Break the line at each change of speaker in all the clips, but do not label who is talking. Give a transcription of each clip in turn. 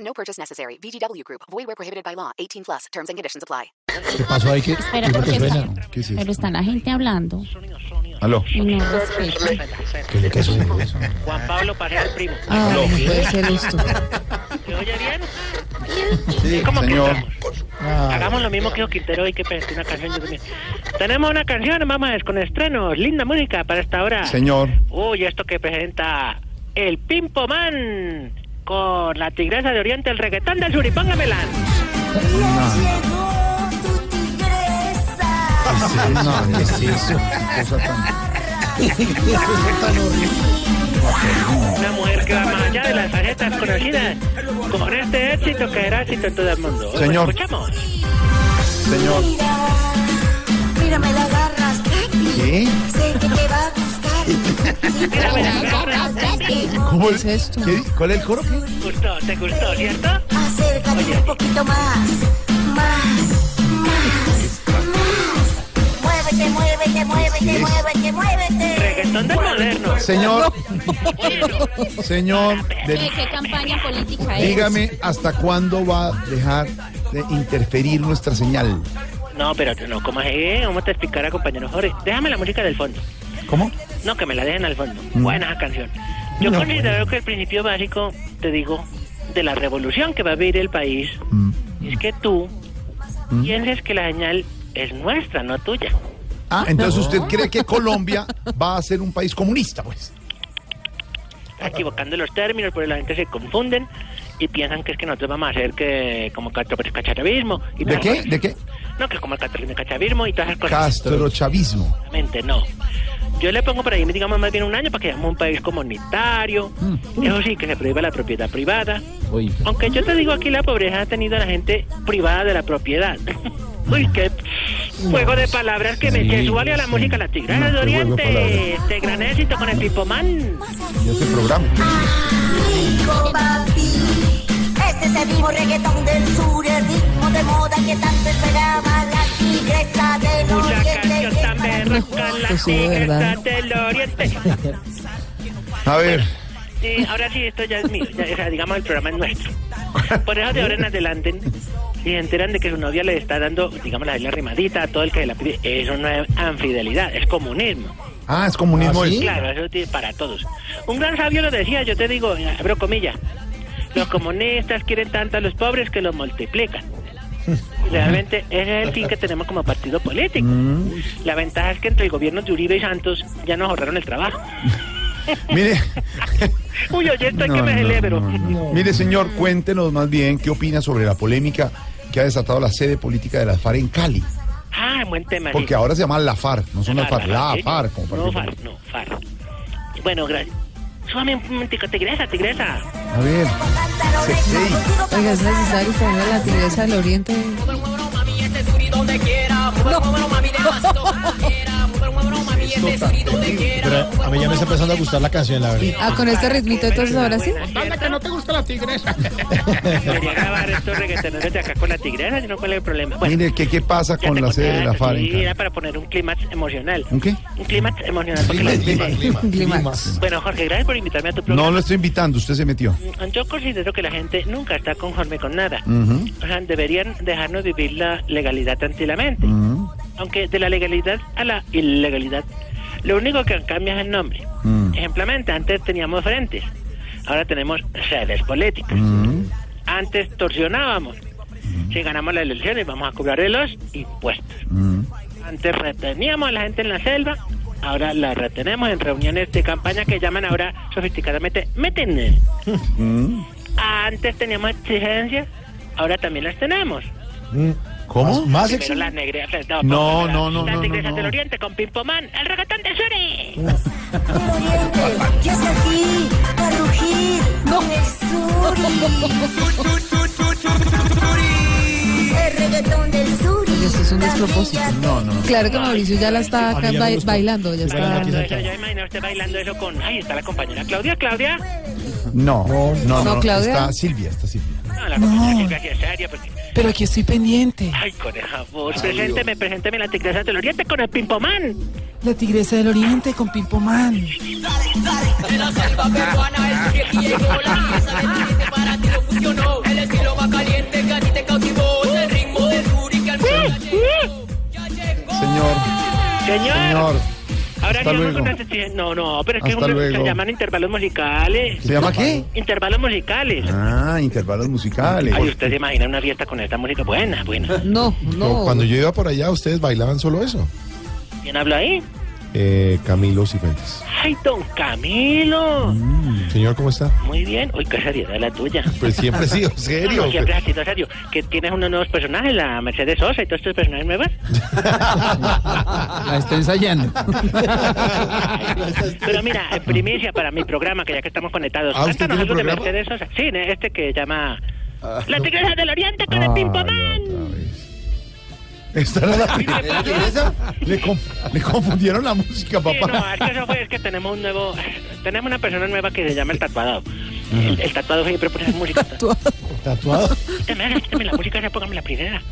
No purchase necessary. VGW Group. Void where prohibited by law. 18 plus. Terms and conditions apply.
¿Qué pasó ahí? ¿Qué,
Pero,
¿qué fue que
porque
suena?
está-
¿Qué es eso?
pero está la gente hablando
¿Aló?
y no respetan.
¿Qué es lo que suena eso?
Juan Pablo Parrea, el primo.
Ay, no Ah, puede ser esto.
¿Se oye bien?
Sí,
¿Cómo
señor.
que
Ah,
Hagamos lo mismo que Quintero y que presente una canción yo también. Tenemos una canción, mamas, con estrenos. Linda música para esta hora.
señor.
Uy, esto que presenta el Pimpo Man con la tigresa de Oriente, el reggaetón del Suripanga Melán.
Llegó tu tigresa.
No, ¿qué es eso? Cosa tan...
Una mujer que va más allá de las facetas conocidas con este éxito que era éxito en todo el mundo. Bueno,
Señor.
Escuchamos.
Señor.
Mira, mira, me la agarras, Katy.
¿Qué?
Sé que te va a gustar. Sí,
Mira, me la
me
agarras,
Katy.
¿Cómo
es esto?
¿Qué? ¿Cuál es el coro? ¿Qué?
Gustó, ¿Te gustó, cierto?
Acércate un poquito más. Más, más, más. Muévete, muévete, muévete, muévete, muévete.
Reggaetón del moderno.
Señor, señor,
¿Qué,
del-
qué campaña política es?
dígame hasta cuándo va a dejar de interferir nuestra señal.
No, pero no, ¿cómo es? Vamos a explicar a compañero Jorge. Déjame la música del fondo.
¿Cómo? Mm.
No, que me la dejen al fondo. Buena esa canción. Yo
No,
considero que el principio básico, te digo, de la revolución que va a vivir el país,
Mm.
es que tú pienses que la señal es nuestra, no tuya.
Ah, entonces usted cree que Colombia va a ser un país comunista, pues.
Estás equivocando los términos, porque la gente se confunden y piensan que es que nosotros vamos a hacer que como Castro pero es cachavismo. Y
¿De
tal.
qué? ¿De qué?
No, que es como el Castro es cachavismo y todas esas cosas.
Castrochavismo.
Exactamente, no. Yo le pongo por ahí, digamos, más bien un año para que seamos un país comunitario. Eso sí, que se prohíba la propiedad privada. Aunque yo te digo aquí, la pobreza ha tenido a la gente privada de la propiedad. Uy, qué juego de palabras que me se a la música la tigrana de Oriente. Este gran éxito con el Pipomán.
Yo te este programa.
Rico, papi. Este es el mismo reggaetón del sur, el ritmo de moda que tanto esperaba la tigresa del
Mucha
oriente.
canción tan berraca, la tigresa del Oriente.
A ver,
Sí, ahora sí, esto ya es mío. ya, o sea, digamos, el programa es nuestro. Por eso de ahora en adelante, si se enteran de que su novia le está dando, digamos, la, la rimadita a todo el que se la pide, eso no es infidelidad, es comunismo.
ah, es comunismo. eso.
Claro, eso es para todos. Un gran sabio lo decía, yo te digo, eh, abro comillas, los comunistas quieren tanto a los pobres que los multiplican. Realmente ese es el fin que tenemos como partido político.
Mm.
La ventaja es que entre el gobierno de Uribe y Santos ya nos ahorraron el trabajo.
Mire,
Uy, oye, esto hay que
No,
me
no,
celebro.
mire, señor, cuéntenos más bien qué opina sobre la polémica que ha desatado la sede política de la FARC en Cali.
Ah, buen tema.
Porque
sí.
ahora se llama la FARC, no son la FARC, la
¿sí?
FARC. como
No,
partido.
FAR, no, FAR. Bueno, gracias. Súbame un momentico, tigresa, tigresa.
A ver, se- sí.
Oiga, es necesario poner la tigresa del oriente.
Pero a mí ya me está empezando a gustar la canción, la verdad.
Ah, con este ritmito de todos ahora sí.
que no te gusta la tigresa. Quería grabar estos reggaetoneros de acá con la tigresa, si no, ¿cuál es el problema? Bueno,
Mire, ¿qué, ¿qué pasa
ya
con
te
la sede de la
contaba,
FARC en
sí,
Cali?
era para poner un clima emocional.
¿Un qué?
Un clima emocional. Porque la-
Clímax.
Bueno, Jorge, gracias por invitarme a tu programa.
No lo estoy invitando, usted se metió.
Yo considero que la gente nunca está conforme con nada. O sea, deberían dejarnos vivir la legalidad tranquilamente. Aunque de la legalidad a la ilegalidad, lo único que cambia es el nombre. Ejemplamente, antes teníamos frentes, ahora tenemos sedes políticas. Antes torsionábamos. Si ganamos las elecciones, vamos a cobrar los impuestos. Antes reteníamos a la gente en la selva, ahora la retenemos en reuniones de campaña que llaman ahora sofisticadamente meten. Antes teníamos exigencias, ahora también las tenemos.
¿Cómo?
Más
Pero
ex-
las negras,
No, no, no,
Las
no,
negras
no.
del oriente con Pimpomán, el reggaetón de Suri.
del oriente. Y es que aquí, surgir el suri. El reggaetón del suri.
Oye, eso es un despropósito.
No, no.
Claro que Mauricio ya la está acá
ya me
ba-
gustó.
bailando, ya
Sí, bailando
está.
aquí
Eso, ya imagino usted bailando eso con. Ahí está la compañera Claudia, Claudia.
No, no, no.
No, Claudia.
Está Silvia, está Silvia.
No, la compañera Silvia, que es seria, porque.
Pero aquí estoy pendiente.
pues, Ay, coneja, vos. Presénteme, presénteme la tigresa del oriente con el pimpomán.
La tigresa del oriente con Pimpomán.
Señor,
Señor.
señor.
Ahora
hasta
haríamos
luego.
unas exigen- No, no, pero es que
Hasta
unos-
luego.
se llaman intervalos musicales.
¿Se llama qué?
Intervalos musicales.
Ah, intervalos musicales.
Ay, usted se imagina una fiesta con esta música buena, buena.
No, no.
Cuando yo iba por allá, ustedes bailaban solo eso.
¿Quién habla ahí?
Eh, Camilo Cifuentes.
Ay, don Camilo.
Señor, ¿cómo está?
Muy bien. Uy, qué seriedad la tuya.
Pues siempre Mm. sí, en serio.
No, siempre has sido serio. Que tienes unos nuevos personajes, la Mercedes Sosa y todos estos personajes nuevos.
La está ensayando.
Ah,
Pero mira, en primicia para mi programa, que ya que estamos conectados.
Ah, ¿usted
Cántanos
tiene
algo de
programa? Ah.
Mercedes Sosa. Sí, ne- este que llama... La tigresa del oriente con el pimpomán.
Esta era la primera tigresa. Le, com- le confundieron la música,
Sí, no,
papá.
es que eso fue, es que tenemos un nuevo, tenemos una persona nueva que se llama el tatuado. El, el tatuado siempre pone esa música.
Tatuado.
Deme, hágame, deme la música, ya póngame la primera.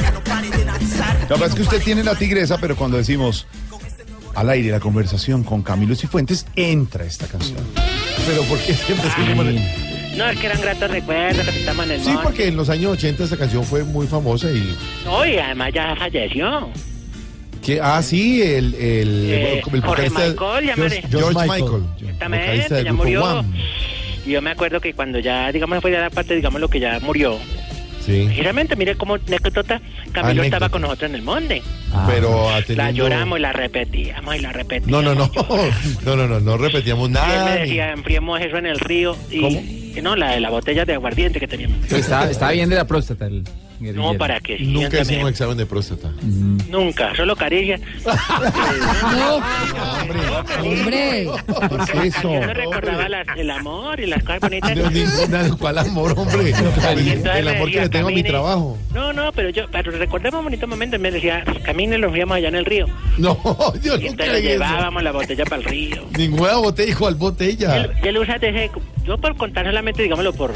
La verdad es que usted tiene la tigresa, pero cuando decimos al aire la conversación con Camilo Cifuentes, entra esta canción.
Pero ¿por qué siempre se llaman el-
No, es que eran gratos recuerdos que estamos en el
Sí,
monte.
porque en los años 80 esta canción fue muy famosa y...
No, y además ya falleció.
que Ah, sí, el... el,
Eh,
el
Jorge
vocalista-
Michael, llámale.
George, George Michael.
Exactamente,
vocalista del
ya
grupo
murió.
Wham.
Y yo me acuerdo que cuando ya, digamos, fue ya la parte, digamos, lo que ya murió.
Sí.
Y realmente, mire cómo, anécdota, Camilo
Anécdota.
estaba con nosotros en el monte.
Pero atendiendo...
La lloramos y la repetíamos y la
No,
repetíamos.
no, Ah. no. No, no, no. No repetíamos
Y él
nada.
me
ni-
decía, enfriemos eso en el río. Y, y no, la de la botella de aguardiente que teníamos.
Está, está bien de la próstata. El
No,
guerrillero.
para que sí,
Nunca
ándame.
hicimos examen de próstata.
Nunca, solo caricias.
No,
Hombre,
hombre.
¿Qué es eso?
Yo no recordaba las- el amor y las cosas bonitas.
De ninguna, de cuál amor,
Y
hombre. El,
entonces me
amor que
decía,
le tengo a mi
"Camine".
trabajo.
No, no, pero yo, pero recordemos un bonito momento. Me decía, camine, los veíamos allá en el río.
No, yo
Y
nunca
entonces
leí eso.
llevábamos la botella para el río.
Ninguna botella, igual
Ah.
botella.
Él, él usa de ese, yo por contar solamente, digámoslo, por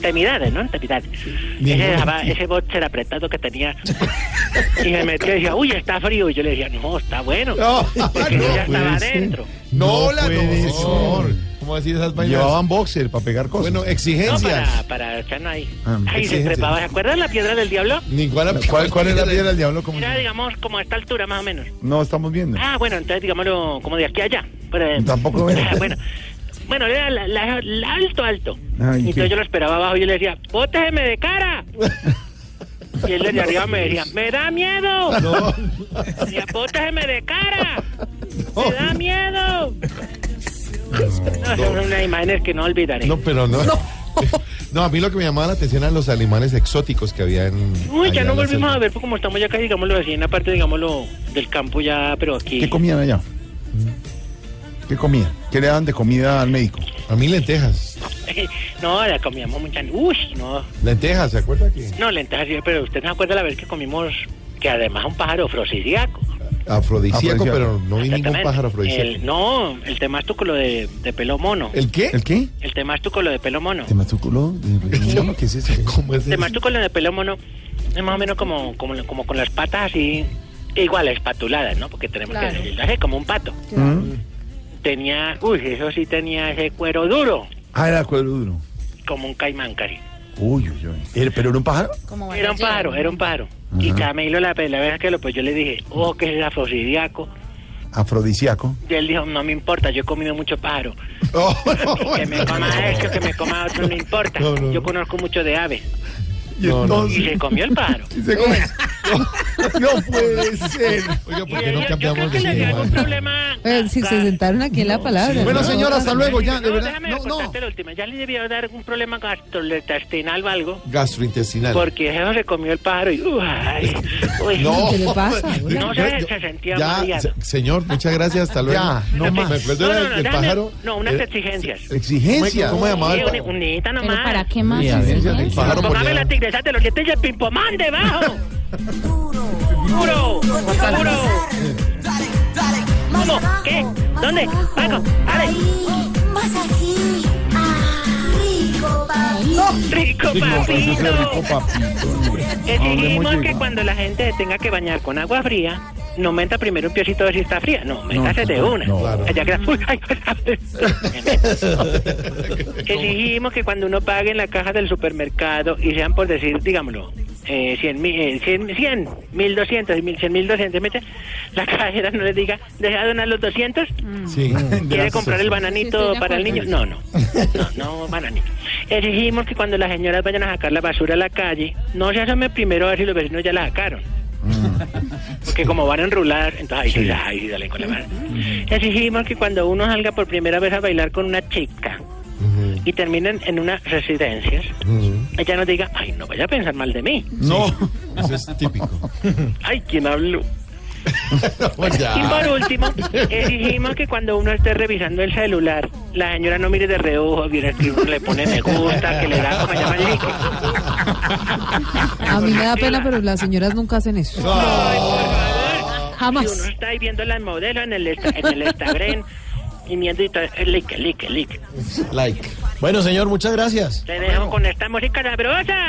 temidades, ¿no? Temidades. Ese,
Ninguna
dejaba-
botella.
ese boxer apretado que tenía. y me metía y decía, uy, está frío. Y yo le decía, no, está bueno.
No,
porque
no
yo ya estaba
pues,
puede ser.
adentro.
No,
No
la
puede
no.
ser.
¿Cómo decir esas vainas?
Llevaban boxer para pegar cosas.
bueno,
No, para,
eh, exigencias.
para echarnos ahí.
Ah,
ahí se
exigencia.
trepaba. ¿Se acuerdan la piedra del diablo?
Ninguna-
¿Cuál, cuál es la piedra del diablo? ¿Cómo?
Era, digamos, como a esta altura más o menos.
No estamos viendo.
Ah, bueno, entonces digámoslo como de aquí a allá. Pero,
Tampoco
Ah,
era.
bueno, bueno, era la, la- la alto, alto.
pues. Ay,
entonces
¿qué?
yo lo esperaba abajo y yo le decía, ¡bóteme de cara! y él desde arriba me decía, ¡me da miedo! Decía, ¡bóteme de cara! ¡Me da miedo! No, son unas imágenes que no olvidaré.
No, pero no. No. a mí lo que me llamaba la atención eran los animales exóticos que había en.
Uy,
allá
ya
en
no
la
volvimos
selva.
a ver, pues como estamos ya casi, digámoslo así, en la parte, digámoslo, del campo ya, pero aquí...
¿Qué comían allá? ¿Qué comían? ¿Qué le daban de comida al médico?
Mm. A mí lentejas.
no, la comíamos muchas... Uy, no,
Lentejas, ¿se acuerda que?
no, lentejas, sí, pero usted no se acuerda la vez que comimos, que además un pájaro afrodisíaco.
Afrodisíaco, pero no vi ningún
Exactamente.
pájaro
El-
afrodisíaco.
no, el temástuco lo de, de pelo mono. El,
¿El qué?
¿El qué?
temástuco lo de pelo mono.
¿Tematuculo? ¿Qué es eso?
¿Cómo es
El
eso?
temástuco lo de pelo mono es más o menos como, como, como con las patas así, igual, espatuladas, ¿no? Porque tenemos
Claro.
que decirlo así, como un pato.
Mm.
Tenía, uy, eso sí tenía ese cuero duro,
Ah, era cuero duro.
como un caimán casi.
Uy, uy, uy. ¿Era- ¿Pero era un pájaro?
Como
Era un pájaro, era un pájaro. Y Camilo, la, la vez que lo pues yo le dije, oh, que es el afrodisíaco.
Afrodisíaco.
Y él dijo, no me importa, yo he comido mucho pájaro.
Oh, no,
Que me coma esto, que me coma otro, no importa.
No, no, no.
Yo conozco mucho de aves.
Y
No, no.
Y
entonces.
se comió el pájaro.
y se come- No puede ser.
Oiga,
Y
¿por qué no
ellos-
cambiamos
yo creo que
de
le
tema?
dio un problema.
Eh, si se sentaron aquí en la palabra.
Bueno,
¿no?
señora, hasta luego, ya, de
no,
verdad.
déjame
No, no.
contarte la última. Ya le debía dar un problema gastrointestinal o algo.
Gastrointestinal.
Porque eso se comió el pájaro y. ¡Uy! ay, uy.
No.
¿Qué le pasa?
Yo-
No se-
yo-
se sentía
ya,
mareado.
se- Señor, muchas gracias, hasta luego.
Ya, no más.
Me acuerdo del- del
déjame-
pájaro.
no, unas
Eh,
exigencias.
Exigencia.
¿Cómo se llamaba el
Sí,
pájaro?
un- unita
Pero
nomás.
para qué más.
Mira,
insistencia?
mira,
El pájaro
Póngame la
ponía-
tigresa de los dientes y el pimpomán debajo. Duro, duro.
Dale, dale, más
¿Cómo?
abajo,
¿Qué?
más
¿Dónde?
abajo.
Paco, dale.
Ahí, más aquí. Ah, rico, papi.
Rico
Eso
papito.
es rico, papito.
Exigimos que
llegado.
Eh, cuando la gente se tenga que bañar con agua fría, no meta primero un piecito a ver si está fría. No, métase de una.
no,
claro.
Allá queda- Uy, ay, Exigimos que cuando uno pague en la caja del supermercado y sean por decir, digámoslo, eh, 100, mil, eh, 100, 100, 1200, 100, 1200, mete, la cajera no le diga, deja donar los 200,
Sí.
quiere
Gracias.
comprar el
Sí,
bananito
estoy de
para el niño.
acuerdo.
No, no, no, no, bananito. Exigimos que cuando las señoras vayan a sacar la basura a la calle, no se asome primero a ver si los vecinos ya la sacaron. Porque como van enruladas, entonces ahí sí, ahí sí salen con la mano. Exigimos que cuando uno salga por primera vez a bailar con una chica
Ujú,
y terminen en unas residencias,
ujú.
ella no diga, ay, no vaya a pensar mal de mí.
No.
Eso es típico.
Ay, ¿quién habló?
No, ya.
Y por último, exigimos que cuando uno esté revisando el celular, la señora no mire de reojo, mire que uno le pone me gusta, que le da como llaman like.
A mí me da pena, pero
Ah,
las señoras nunca hacen eso.
Si uno
Jamás.
está ahí viendo las modelos en el, esta- en el Instagram y viendo y todo, eh, like, like, like.
Like.
Bueno, señor, muchas gracias.
Te dejo con esta música sabrosa.